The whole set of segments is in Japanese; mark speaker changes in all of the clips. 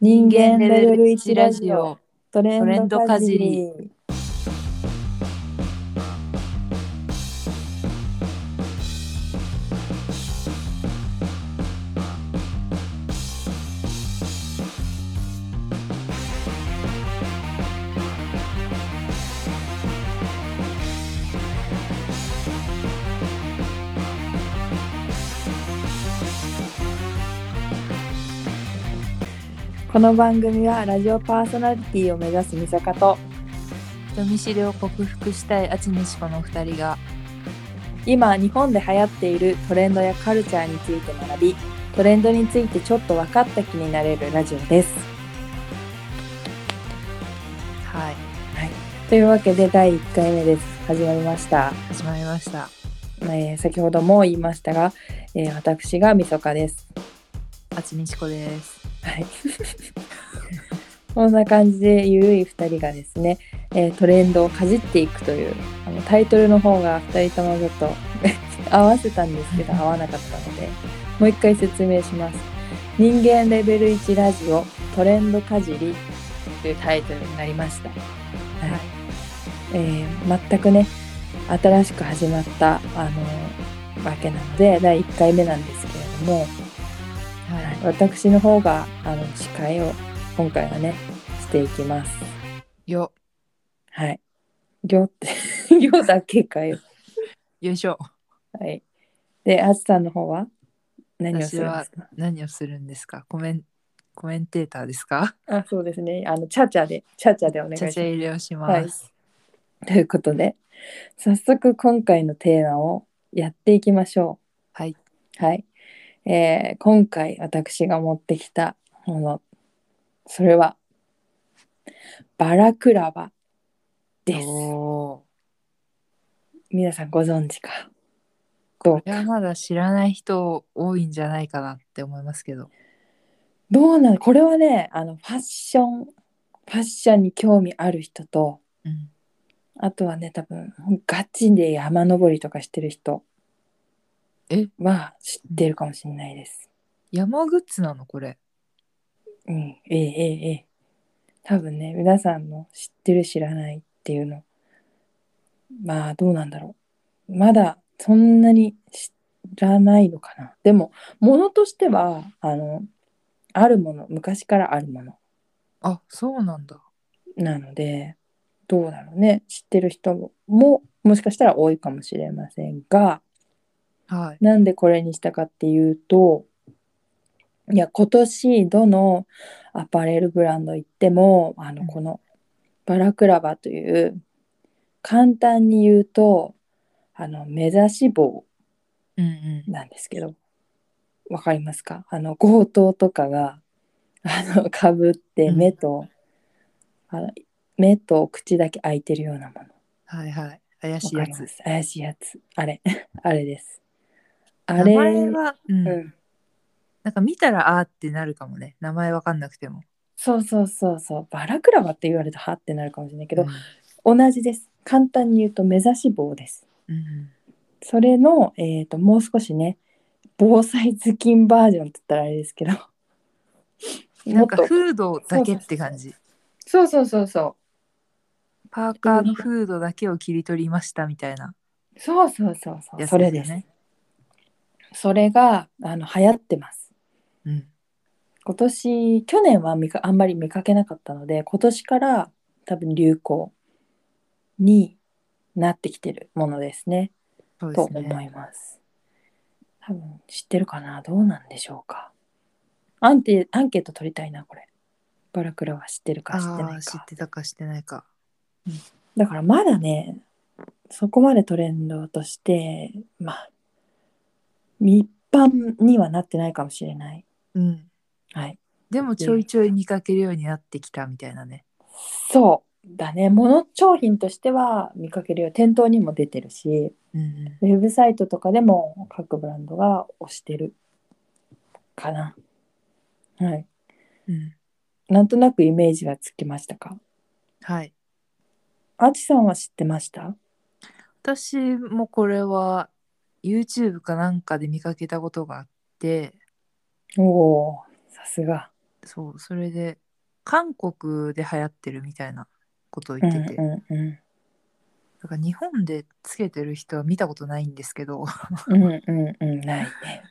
Speaker 1: 人間
Speaker 2: 間
Speaker 1: レ
Speaker 2: レ
Speaker 1: ベル
Speaker 2: ベル
Speaker 1: 1
Speaker 2: 1
Speaker 1: ラ
Speaker 2: ラ
Speaker 1: ジ
Speaker 2: ジ
Speaker 1: オ
Speaker 2: オ
Speaker 1: トレンドかじ
Speaker 2: トレ
Speaker 1: りこの番組はラジオパーソナリティを目指す美坂と
Speaker 2: 人見知りを克服したいあちみしこの2人が
Speaker 1: 今日本で流行っているトレンドやカルチャーについて学びトレンドについてちょっと分かった気になれるラジオです。
Speaker 2: はい
Speaker 1: というわけで第1回目です。始まりました。
Speaker 2: 始まりました
Speaker 1: えー先ほども言いましたが、えー私がみそかです。
Speaker 2: あちみしこです
Speaker 1: はい。こんな感じでゆるい2人がですね、えートレンドをかじっていくというあのタイトルの方が2人ともちょっと 合わせたんですけど合わなかったのでもう一回説明します。人間レベル1ラジオトレンドかじりというタイトルになりました。はい
Speaker 2: はい
Speaker 1: えー全くね新しく始まったあのわけなので第1回目なんですけれども、
Speaker 2: はい
Speaker 1: 私の方があの司会を今回はねしていきます。
Speaker 2: よ
Speaker 1: はい。行って 行だけかよ。
Speaker 2: よいしょ
Speaker 1: はい。で、あつさんの方は何をする
Speaker 2: 私
Speaker 1: んで
Speaker 2: は
Speaker 1: すか。
Speaker 2: 何をするんですかコメンコメンテーターですか
Speaker 1: あ、そうですね。あのチャチャでチャチャでお願いし
Speaker 2: ち
Speaker 1: ま
Speaker 2: ゃ
Speaker 1: す
Speaker 2: ちゃ。入れをします
Speaker 1: ということで、早速今回のテーマをやっていきましょ
Speaker 2: はい、
Speaker 1: う。はい。えー今回私が持ってきたもの、それはバラクラバです。
Speaker 2: お
Speaker 1: 皆さんご存知か。
Speaker 2: ーこれはまだ知らない人多いんじゃないかなって思いますけど
Speaker 1: どうなのこれはねあのファッションファッションに興味ある人と
Speaker 2: うん
Speaker 1: あとはね多分ガチで山登りとかしてる人
Speaker 2: え
Speaker 1: は知ってるかもしれないです。
Speaker 2: 山グッズなのこれ
Speaker 1: うん、ええええええ。多分ね皆さんの知ってる知らないっていうのまあどうなんだろうまだそんなに知らないのかなでもものとしてはあのあるもの昔からあるもの
Speaker 2: あそうなんだ
Speaker 1: なのでどうだろうね知ってる人もももしかしたら多いかもしれませんが
Speaker 2: はい
Speaker 1: なんでこれにしたかっていうといや今年どのアパレルブランド行ってもあ
Speaker 2: う
Speaker 1: の
Speaker 2: ん
Speaker 1: このバラクラバという簡単に言うとあの目指し棒
Speaker 2: うんうん
Speaker 1: なんですけどわかりますかあの強盗とかがあのかぶって
Speaker 2: うん
Speaker 1: 目と、あの目と口だけ開いてるようなもの
Speaker 2: はいはい怪しい
Speaker 1: わかり
Speaker 2: やつ
Speaker 1: ます怪しいやつあれ あれですあ
Speaker 2: 名
Speaker 1: れ
Speaker 2: 前は、うん
Speaker 1: うん、
Speaker 2: なんか見たらあーってなるかもね名前わかんなくても
Speaker 1: そうそうそうそうバラクラバって言われたはってなるかもしれないけど
Speaker 2: う、ん
Speaker 1: 同じです簡単に言うと目指し棒です
Speaker 2: うん
Speaker 1: それの、えー、ともう少しね防災頭巾バージョンって言ったらあれですけ ど
Speaker 2: な
Speaker 1: も
Speaker 2: ん
Speaker 1: っ
Speaker 2: か
Speaker 1: と
Speaker 2: フードだけって感じ
Speaker 1: そうそうそうそう
Speaker 2: パーカーのフードだけを切り取りましたみたいな
Speaker 1: そうそうそうそう、
Speaker 2: やつ
Speaker 1: それ
Speaker 2: で
Speaker 1: です
Speaker 2: よね
Speaker 1: す。それがあの流行ってます。
Speaker 2: うん
Speaker 1: 今年去年は見かあんまり見かけなかったので今年から多分流行になってきてるものですね
Speaker 2: そうで
Speaker 1: と
Speaker 2: す
Speaker 1: 思
Speaker 2: ね
Speaker 1: います。多分知ってるかなどうなんでしょうかアンテアンケート取りたいなこれ。バラクラは知ってる
Speaker 2: あ
Speaker 1: か知ってな
Speaker 2: ー
Speaker 1: い
Speaker 2: 知
Speaker 1: か
Speaker 2: っ。てたかしてないか
Speaker 1: だからまだねそこまでトレンドとしてまあ一般にはなってないかもしれない
Speaker 2: うん
Speaker 1: はい
Speaker 2: でもちょいちょい見かけるようになってきたみたいなね
Speaker 1: そうだね物商品としては見かけるよ店頭にも出てるし
Speaker 2: うんうん
Speaker 1: ウェブサイトとかでも各ブランドが推してるかなはい
Speaker 2: うん
Speaker 1: なんとなくイメージはつきましたか
Speaker 2: はい
Speaker 1: あちさんは知ってました
Speaker 2: 私もこれは YouTube かなんかで見かけたことがあって
Speaker 1: おおさすが
Speaker 2: そうそれで韓国で流行ってるみたいなことを
Speaker 1: う
Speaker 2: 言
Speaker 1: ん
Speaker 2: ってて、
Speaker 1: うんうん
Speaker 2: だから日本でつけてる人は見たことないんですけど
Speaker 1: うんうんうんないね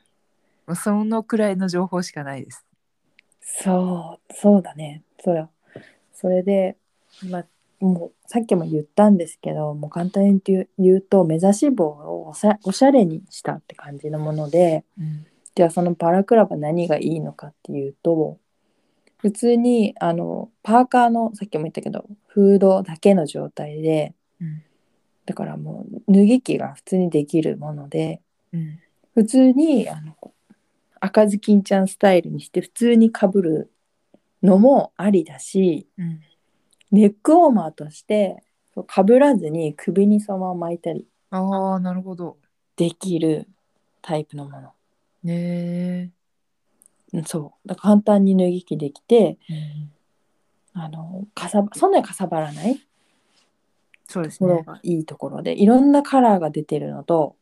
Speaker 2: そのくらいの情報しかないです。
Speaker 1: そうそうだねそうよそれで、まあ、もうさっきも言ったんですけどもう簡単に言う言うと目指し棒をおしゃおしゃれにしたって感じのもので
Speaker 2: うん
Speaker 1: じゃあそのパラクラブ何がいいのかっていうと普通にあのパーカーのさっきも言ったけどフードだけの状態で
Speaker 2: うん
Speaker 1: だからもう脱ぎ着が普通にできるもので
Speaker 2: うん
Speaker 1: 普通にあの赤ずきんちゃんスタイルにして普通にかぶるのもありだし
Speaker 2: うん
Speaker 1: ネックウォーマーとしてかぶらずに首にそのまま巻いたり
Speaker 2: ああなるほど。
Speaker 1: できるタイプのもの
Speaker 2: ね
Speaker 1: うんそうだから簡単に脱ぎ着できて
Speaker 2: え、うん
Speaker 1: あのかさそんなにかさばらない
Speaker 2: そうで
Speaker 1: と
Speaker 2: す
Speaker 1: ころ
Speaker 2: ね。
Speaker 1: がいいところで、いろんなカラーが出てるのと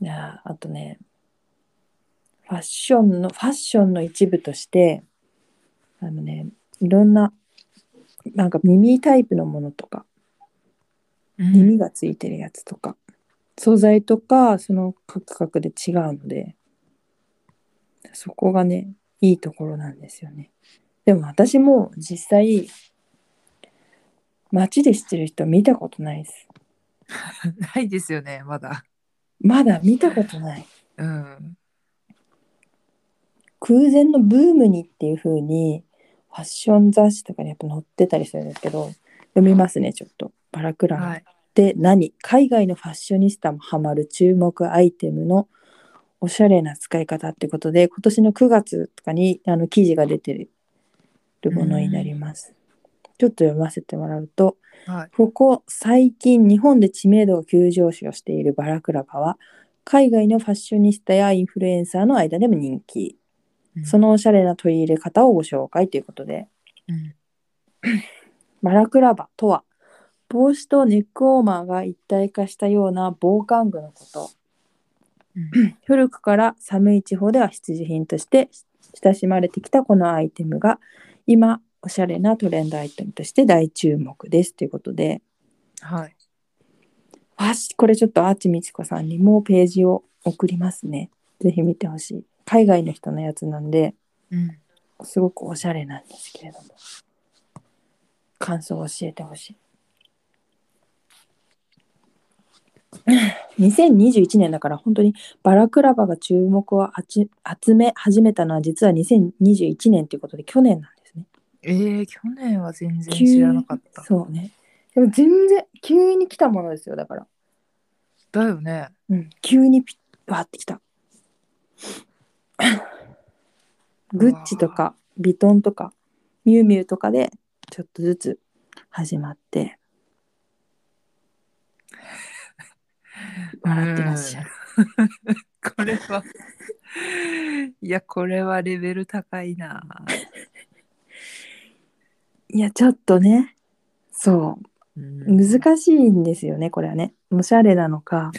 Speaker 1: いやあとねファッションのファッションの一部としてあのねいろんななんか耳タイプのものとか
Speaker 2: うん
Speaker 1: 耳がついてるやつとか、素材とかその各々で違うのでそこがねいいところなんですよねでも私も実際街でしてる人見たことないです
Speaker 2: ないですよねまだ。
Speaker 1: まだ見たことない
Speaker 2: うん
Speaker 1: 空前のブームにっていう風にファッション雑誌とかにやっぱ載ってたりするんですけど読みますねちょっとバラクラブ
Speaker 2: はい。
Speaker 1: で何海外のファッショニスタもハマる注目アイテムのおしゃれな使い方ってことで今年の9月とかにあの記事が出てるものになります。ちょっと読ませてもらうと
Speaker 2: はい。
Speaker 1: ここ最近日本で知名度が急上昇しているバラクラバは海外のファッショニスタやインフルエンサーの間でも人気
Speaker 2: うん
Speaker 1: そのおしゃれな取り入れ方をご紹介ということで
Speaker 2: うん
Speaker 1: バラクラバとは帽子とネックウォーマーが一体化したような防寒具のこと
Speaker 2: うん
Speaker 1: 古くから寒い地方では必需品として親しまれてきたこのアイテムが今おしゃれなトレンドアイテムとして大注目ですということで
Speaker 2: はい。
Speaker 1: ファッシこれちょっとアーチみちこさんにもページを送りますねぜひ見てほしい海外の人のやつなんで
Speaker 2: うん。
Speaker 1: すごくおしゃれなんですけれども感想を教えてほ しい2021年だから本当にバラクラバが注目をあち集め始めたのは実は2021年ということで去年なんですね
Speaker 2: えー、去年は全然知らなかった。
Speaker 1: そうねでも全然急に来たものですよだから、
Speaker 2: だよね。
Speaker 1: うん、急にピッわーってきたグッチとかビトンとかミュウミュウとかでちょっとずつ始まって笑ってらっしゃる。
Speaker 2: これは いやこれはレベル高いな。
Speaker 1: いやちょっとねそう
Speaker 2: うん
Speaker 1: 難しいんですよねこれはねおしゃれなのか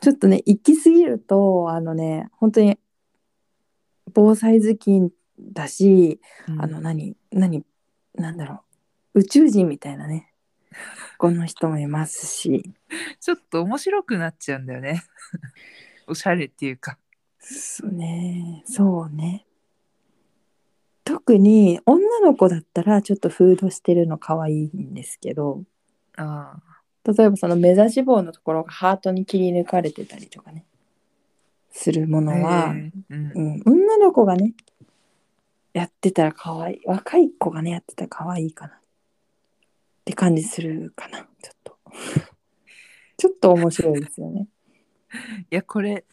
Speaker 1: ちょっとね行き過ぎるとあのね本当に防災頭巾だしあの何何なんだろう宇宙人みたいな ねこの人もいますし
Speaker 2: ちょっと面白くなっちゃうんだよね。 おしゃれっていうか。
Speaker 1: そうねそうね特に女の子だったらちょっとフードしてるの可愛いんですけど
Speaker 2: ああ
Speaker 1: 例えばその目指し棒のところがハートに切り抜かれてたりとかねするものは、
Speaker 2: えーうん
Speaker 1: うん、女の子がねやってたら可愛い若い子がねやってたら可愛いかなって感じするかなちょっと ちょっと面白いですよね
Speaker 2: いやこれ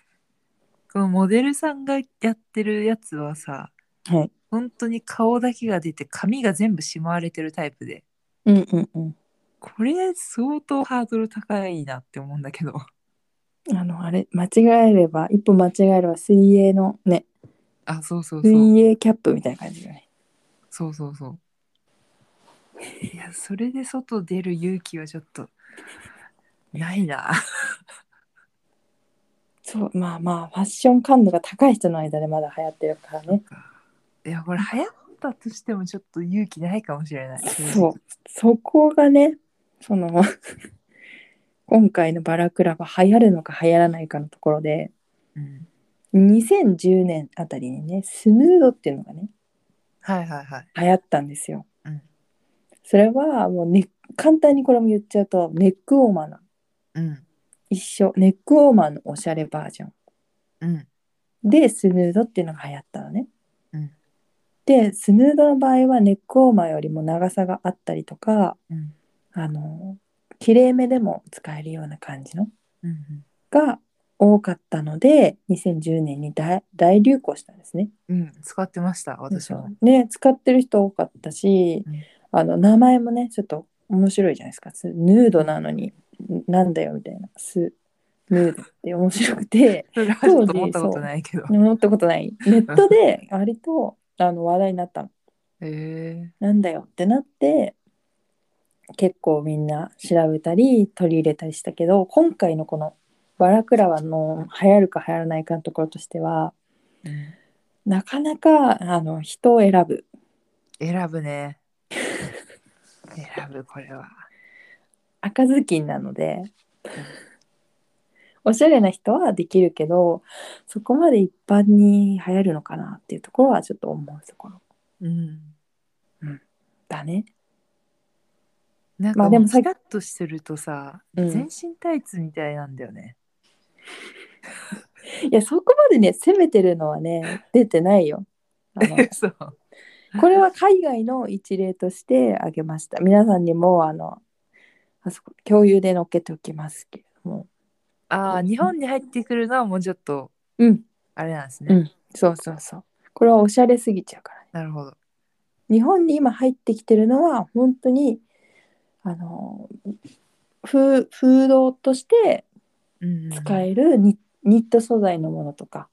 Speaker 2: このモデルさんがやってるやつはさ
Speaker 1: はい
Speaker 2: 本当に顔だけが出て髪が全部しまわれてるタイプで
Speaker 1: うんうんうん
Speaker 2: これ相当ハードル高いなって思うんだけど。
Speaker 1: あのあれ間違えれば一歩間違えれば水泳のね
Speaker 2: あそうそうそう。
Speaker 1: 水泳キャップみたいな感じだね
Speaker 2: そうそうそう。いや、それで外出る勇気はちょっとないな。
Speaker 1: そうまあまあファッション感度が高い人の間でまだ流行ってるからね
Speaker 2: いやこれ流行ったとしてもちょっと勇気ないかもしれない
Speaker 1: そうそこがねその 今回のバラクラバ流行るのか流行らないかのところで
Speaker 2: う、ん、
Speaker 1: 2010年あたりにねスヌードっていうのがね
Speaker 2: はいはいはい
Speaker 1: 流行ったんですよ、
Speaker 2: うん
Speaker 1: それはもうね簡単にこれも言っちゃうとネックウォーマーの
Speaker 2: うん
Speaker 1: 一緒ネックウォーマーのおしゃれバージョン
Speaker 2: うん
Speaker 1: でスヌードっていうのが流行ったのね、
Speaker 2: うん
Speaker 1: でスヌードの場合はネックウォーマーよりも長さがあったりとか
Speaker 2: うん
Speaker 1: あのきれいめでも使えるような感じの
Speaker 2: うん
Speaker 1: が多かったので2010年に大大流行したんですね。
Speaker 2: うん使ってました私も
Speaker 1: ね使ってる人多かったし、
Speaker 2: うん
Speaker 1: あの名前もねちょっと面白いじゃないですかスヌードなのになんだよみたいなスヌードって面白くて。
Speaker 2: それはちょっと思ったことないけど
Speaker 1: 思ったことない。ネットで割とあの話題になったの。
Speaker 2: へえ
Speaker 1: なんだよってなって結構みんな調べたり取り入れたりしたけど今回のこのバラクラワの流行るか流行らないかのところとしては
Speaker 2: うん
Speaker 1: なかなかあの人を選ぶ
Speaker 2: 選ぶね選ぶこれは
Speaker 1: 赤ずきんなのでおしゃれな人はできるけどそこまで一般に流行るのかなっていうところはちょっと思うところ
Speaker 2: うん
Speaker 1: だね。
Speaker 2: なん
Speaker 1: ま
Speaker 2: か
Speaker 1: あでも
Speaker 2: もう
Speaker 1: さ
Speaker 2: キラッとしてるとさ、
Speaker 1: うん
Speaker 2: 全身タイツみたいなんだよね
Speaker 1: いやそこまでね攻めてるのはね出てないよ。あ の
Speaker 2: そう
Speaker 1: これは海外の一例として挙げました。皆さんにもあのあそこ共有で載っけておきますけれども。
Speaker 2: ああ日本に入ってくるのはもうちょっと
Speaker 1: うん、
Speaker 2: あれなんですね、
Speaker 1: うんそうそうそう。これはおしゃれすぎちゃうからね。
Speaker 2: なるほど
Speaker 1: 日本に今入ってきてるのは本当にあの風風土として
Speaker 2: うんうん
Speaker 1: 使えるニ,、ニット素材のものとか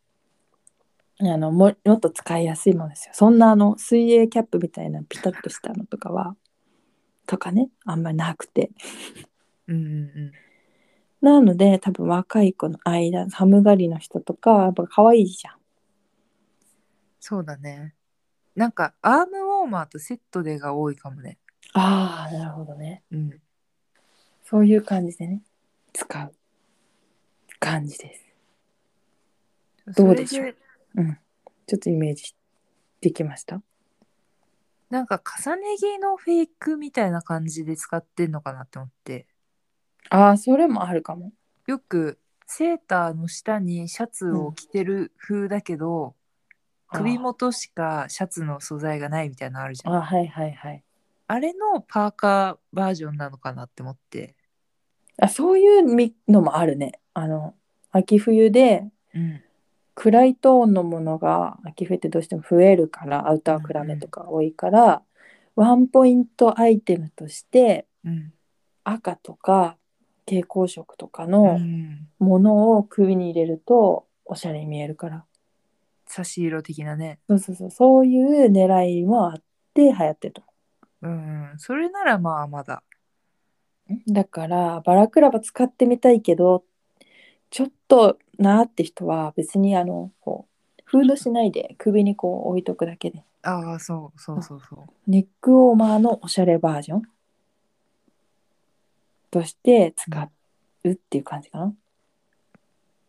Speaker 1: あのももっと使いやすいものですよそんなあの水泳キャップみたいなピタッとしたのとかはとかねあんまりなくて
Speaker 2: うんうん
Speaker 1: なので多分若い子の間寒がりの人とかやっぱ可愛いじゃん
Speaker 2: そうだねなんかアームウォーマーとセットでが多いかもね
Speaker 1: ああなるほどね
Speaker 2: うん
Speaker 1: そういう感じでね使う感じですどうでしょう
Speaker 2: それ
Speaker 1: ちょっとイメージできました
Speaker 2: なんか重ね着のフェイクみたいな感じで使ってんのかなって思って
Speaker 1: ああそれもあるかも
Speaker 2: よくセーターの下にシャツを着てる風だけど、首元しかシャツの素材がないみたいなのあるじゃ
Speaker 1: あー
Speaker 2: んあ
Speaker 1: あーはいはいはい
Speaker 2: れのパーカーバージョンなのかなって思って
Speaker 1: あそういうみのもあるねあの秋冬で
Speaker 2: うん
Speaker 1: 暗いトーンのものが秋冬ってどうしても増えるからアウター暗めとか多いから、ワンポイントアイテムとして
Speaker 2: うん
Speaker 1: 赤とか蛍光色とか
Speaker 2: う
Speaker 1: の
Speaker 2: ん
Speaker 1: ものを首に入れるとおしゃれに見えるから、
Speaker 2: 差し色的なね
Speaker 1: そうそうそうそういう狙いもあって流行ってると
Speaker 2: うんそれならまあまだ
Speaker 1: 思うだからバラクラバ使ってみたいけどちょっとなーって人は別にあのこうフードしないで首にこう置いとくだけで
Speaker 2: ああそうそうそうそう
Speaker 1: ネックウォーマーのおしゃれバージョンとして使うっていう感じかな。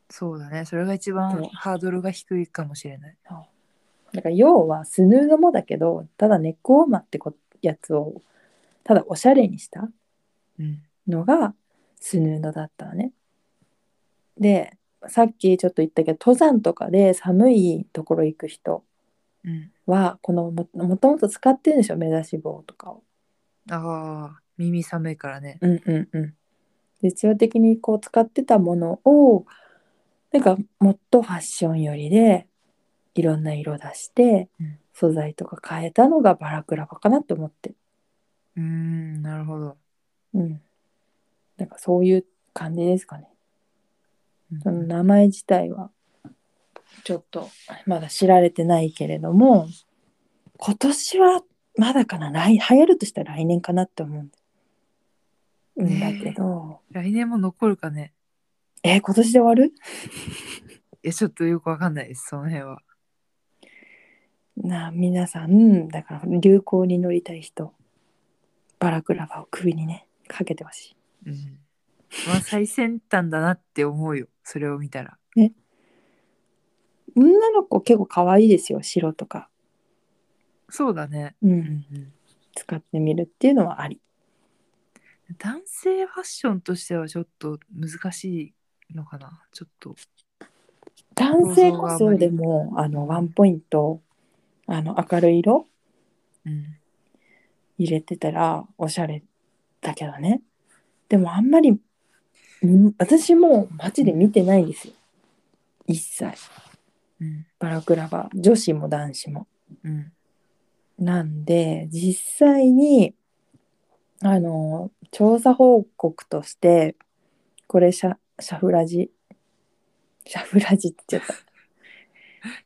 Speaker 2: そうだねそれが一番
Speaker 1: そう
Speaker 2: ハードルが低いかもしれない
Speaker 1: だから要はスヌードもだけどただネックウォーマーってこやつをただおしゃれにした
Speaker 2: うん
Speaker 1: のがスヌードだったのね。でさっきちょっと言ったけど登山とかで寒いところ行く人
Speaker 2: うん
Speaker 1: はこのももともと使ってるんでしょ目指し棒とかを。
Speaker 2: ああ耳寒いからね
Speaker 1: うんうんうん。実用的にこう使ってたものをなんかもっとファッション寄りでいろんな色出して
Speaker 2: うん
Speaker 1: 素材とか変えたのがバラクラバかなと思って、
Speaker 2: うーんなるほど、
Speaker 1: うん、なんかそういう感じですかね。
Speaker 2: うん
Speaker 1: その名前自体はちょっとまだ知られてないけれども今年はまだかな来流行るとしたら来年かなって思うんだけど。
Speaker 2: 来年も残るかね
Speaker 1: えー今年で終わる
Speaker 2: いやちょっとよくわかんないですその辺は
Speaker 1: なあ皆さんだから流行に乗りたい人バラクラバを首にねかけてほし
Speaker 2: うんまあ最先端だなって思うよそれを見たら
Speaker 1: い女の子結構可愛いですよ白とか、
Speaker 2: そうだね
Speaker 1: う、
Speaker 2: うんん
Speaker 1: 使ってみるっていうのはあり
Speaker 2: 男性ファッションとしてはちょっと難しいのかなちょっと
Speaker 1: 男性こそでもあのワンポイントあの明るい色
Speaker 2: うん
Speaker 1: 入れてたらおしゃれだけどねでもあんまりん私も街で見てないんですよ一切
Speaker 2: うん
Speaker 1: バラクラバ女子も男子も
Speaker 2: うん
Speaker 1: なんで実際にあの調査報告としてこれシャシャフラジシャフラジって言っちゃっ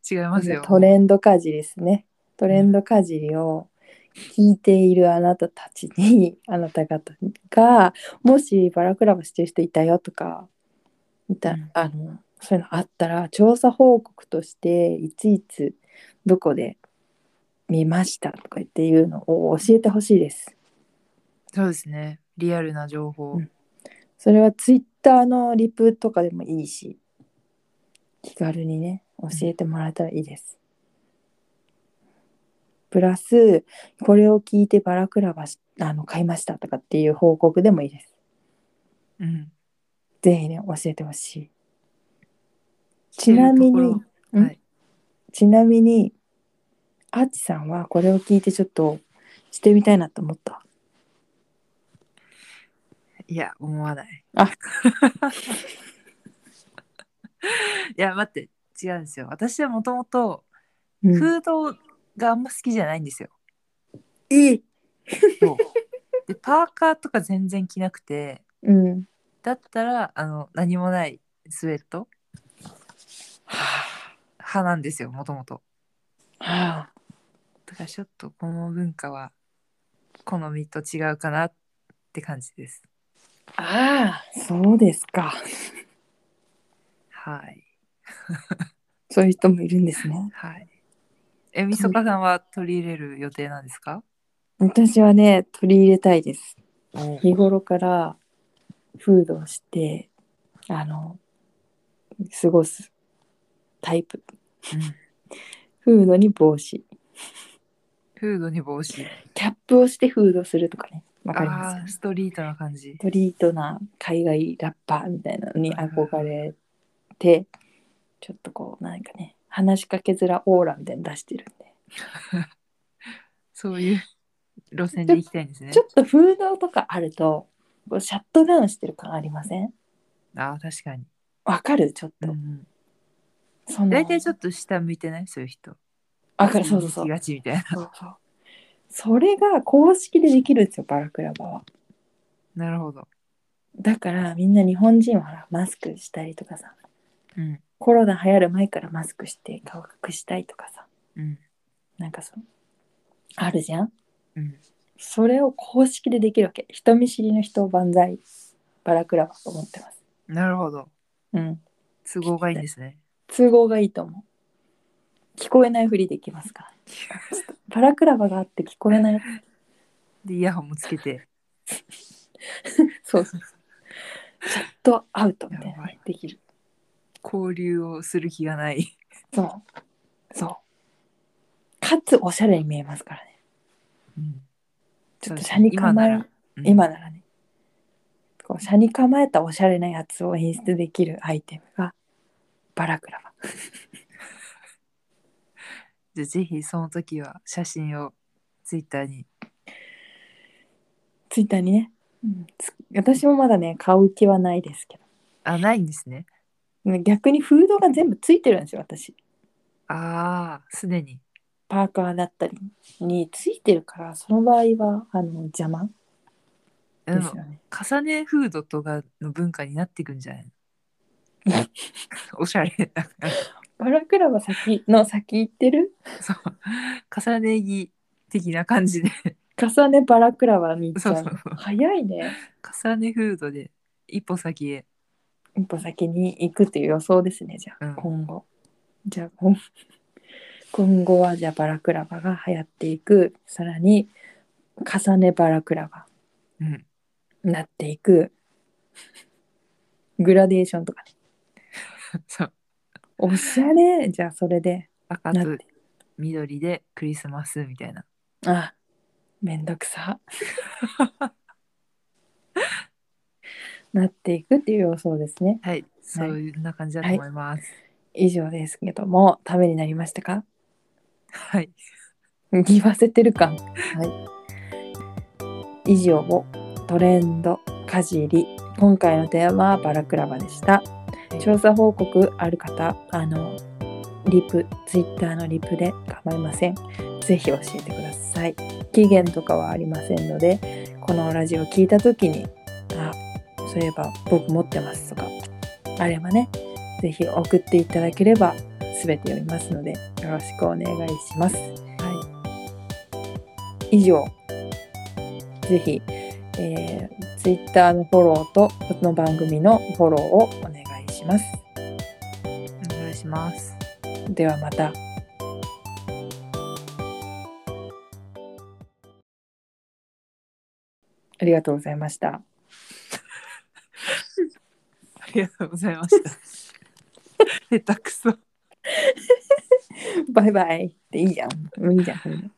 Speaker 1: た
Speaker 2: 違いますよ
Speaker 1: トレンドかじりですねトレンドかじりを聞いているあなたたちに あなた方がもしバラクラブしてる人いたよとかいた、
Speaker 2: うん
Speaker 1: あのそういうのあったら調査報告としていついつどこで見ましたとか言っていうのを教えてほしいです。
Speaker 2: そうですねリアルな情報、
Speaker 1: うんそれはツイッターのリプとかでもいいし気軽にね教えてもらえたらいいです。プラスこれを聞いてバラクラバしあの買いましたとかっていう報告でもいいです。
Speaker 2: うん
Speaker 1: ぜひね教えてほしい。ちなみ
Speaker 2: 知ってる
Speaker 1: に
Speaker 2: ところはい
Speaker 1: ちなみにアーチさんはこれを聞いてちょっとしてみたいなと思った。
Speaker 2: いや、思わない。
Speaker 1: あ
Speaker 2: いや、待って、違うんですよ。私はもともと
Speaker 1: うん、
Speaker 2: フードがあんま好きじゃないんですよ。
Speaker 1: いい、
Speaker 2: そうで、パーカーとか全然着なくて、
Speaker 1: うん、
Speaker 2: だったら、あの、何もないスウェット派なんですよ、もともと。
Speaker 1: はあ
Speaker 2: だからちょっとこの文化は好みと違うかなって感じです。
Speaker 1: ああそうですか。
Speaker 2: はい。
Speaker 1: そういう人もいるんですね。
Speaker 2: はい。え、みそかさんは取り入れる予定なんですか
Speaker 1: 私はね取り入れたいです
Speaker 2: お
Speaker 1: 日頃からフードをしてあの過ごすタイプフードに帽子
Speaker 2: フードに帽子。
Speaker 1: キャップをしてフードするとかねわかりま
Speaker 2: あ
Speaker 1: す
Speaker 2: あーストリートな感じ
Speaker 1: ス。トリートな海外ラッパーみたいなのに憧れてちょっとこうなんかね話しかけづらオーラみたいに出してるんで
Speaker 2: そういう路線で行きたいんですね
Speaker 1: ち。ょっとフードとかあるとこうシャットダウンしてる感ありません
Speaker 2: ああ、確かに。
Speaker 1: わかるちょっ
Speaker 2: うん
Speaker 1: と、
Speaker 2: うん
Speaker 1: そんな
Speaker 2: 大体ちょっと下向いてないそういう人。
Speaker 1: わかるそうそうそう
Speaker 2: 行きがちみたいな。
Speaker 1: そうそう。それが公式でできるんですよ、バラクラバは。
Speaker 2: なるほど。
Speaker 1: だからみんな日本人はほらマスクしたりとかさ、
Speaker 2: うん。
Speaker 1: コロナ流行る前からマスクして顔隠したいとかさ、
Speaker 2: うん。
Speaker 1: なんかそう、あるじゃん
Speaker 2: うん。
Speaker 1: それを公式でできるわけ。人見知りの人を万歳、バラクラバと思ってます。
Speaker 2: なるほど。
Speaker 1: うん。
Speaker 2: 都合がいいんですね。
Speaker 1: 通合がいいと思う。聞こえないふりできますから。バラクラバがあって聞こえない。
Speaker 2: で、イヤホンもつけて。
Speaker 1: そうそうそう。シャットアウトみたい
Speaker 2: や
Speaker 1: な
Speaker 2: ばい
Speaker 1: ね、できる。
Speaker 2: 交流をする気がない。
Speaker 1: そう。そう。かつおしゃれに見えますからね。
Speaker 2: うん
Speaker 1: ちょっと車に構え
Speaker 2: 今なら。うん
Speaker 1: 今ならね。こう車に構えたおしゃれなやつを演出できるアイテムがバラクラバ。
Speaker 2: じゃあぜひその時は写真をツイッターに。
Speaker 1: ツイッターにね、うんつ私もまだね買う気はないですけ
Speaker 2: あ、ないんですね。
Speaker 1: ど逆にフードが全部ついてるんですよ私
Speaker 2: ああ、すでに。
Speaker 1: パーカーだったりについてるからその場合はあの邪魔
Speaker 2: で
Speaker 1: で
Speaker 2: も
Speaker 1: すよね、
Speaker 2: 重ねフードとかの文化になっていくんじゃないのおしゃれ だから
Speaker 1: バラクラバ先の先行ってる
Speaker 2: そう重ね着的な感じで
Speaker 1: 重ねバラクラバに行っち
Speaker 2: そ
Speaker 1: ゃ
Speaker 2: う
Speaker 1: う
Speaker 2: そうそう
Speaker 1: 早いね
Speaker 2: 重ねフードで一歩先へ
Speaker 1: 一歩先に行くという予想ですねじゃあ、
Speaker 2: うん
Speaker 1: 今後じゃあ今 今後はじゃあバラクラバが流行っていくさらに重ねバラクラバ
Speaker 2: うん。
Speaker 1: になっていく グラデーションとかね
Speaker 2: そう。
Speaker 1: おしゃれじゃあそれで
Speaker 2: 赤
Speaker 1: な
Speaker 2: と
Speaker 1: って
Speaker 2: 緑でクリスマスみたいな。
Speaker 1: あめんどく さなっていくっていう予想ですね
Speaker 2: はい。そんな感じだと思います。
Speaker 1: 以上ですけどもためになりましたか
Speaker 2: はい。
Speaker 1: 言わせてるか。はい。以上をトレンドかじり。今回のテーマはバラクラバでした。調査報告ある方、あのリプ、ツイッターのリプで構いません。ぜひ教えてください。期限とかはありませんので、このラジオ聞いた時に、あ、そういえば僕持ってますとか、あればね、ぜひ送っていただければ全て読みますので、よろしくお願いします。以上ぜひ、えー、Twitter のフォローとこの番組のフォローをお願いします
Speaker 2: お願いします。
Speaker 1: ではまたありがとうございました
Speaker 2: ありがとうございま した。下手くそ。
Speaker 1: バイバイっていいじゃんもういいじゃんそれで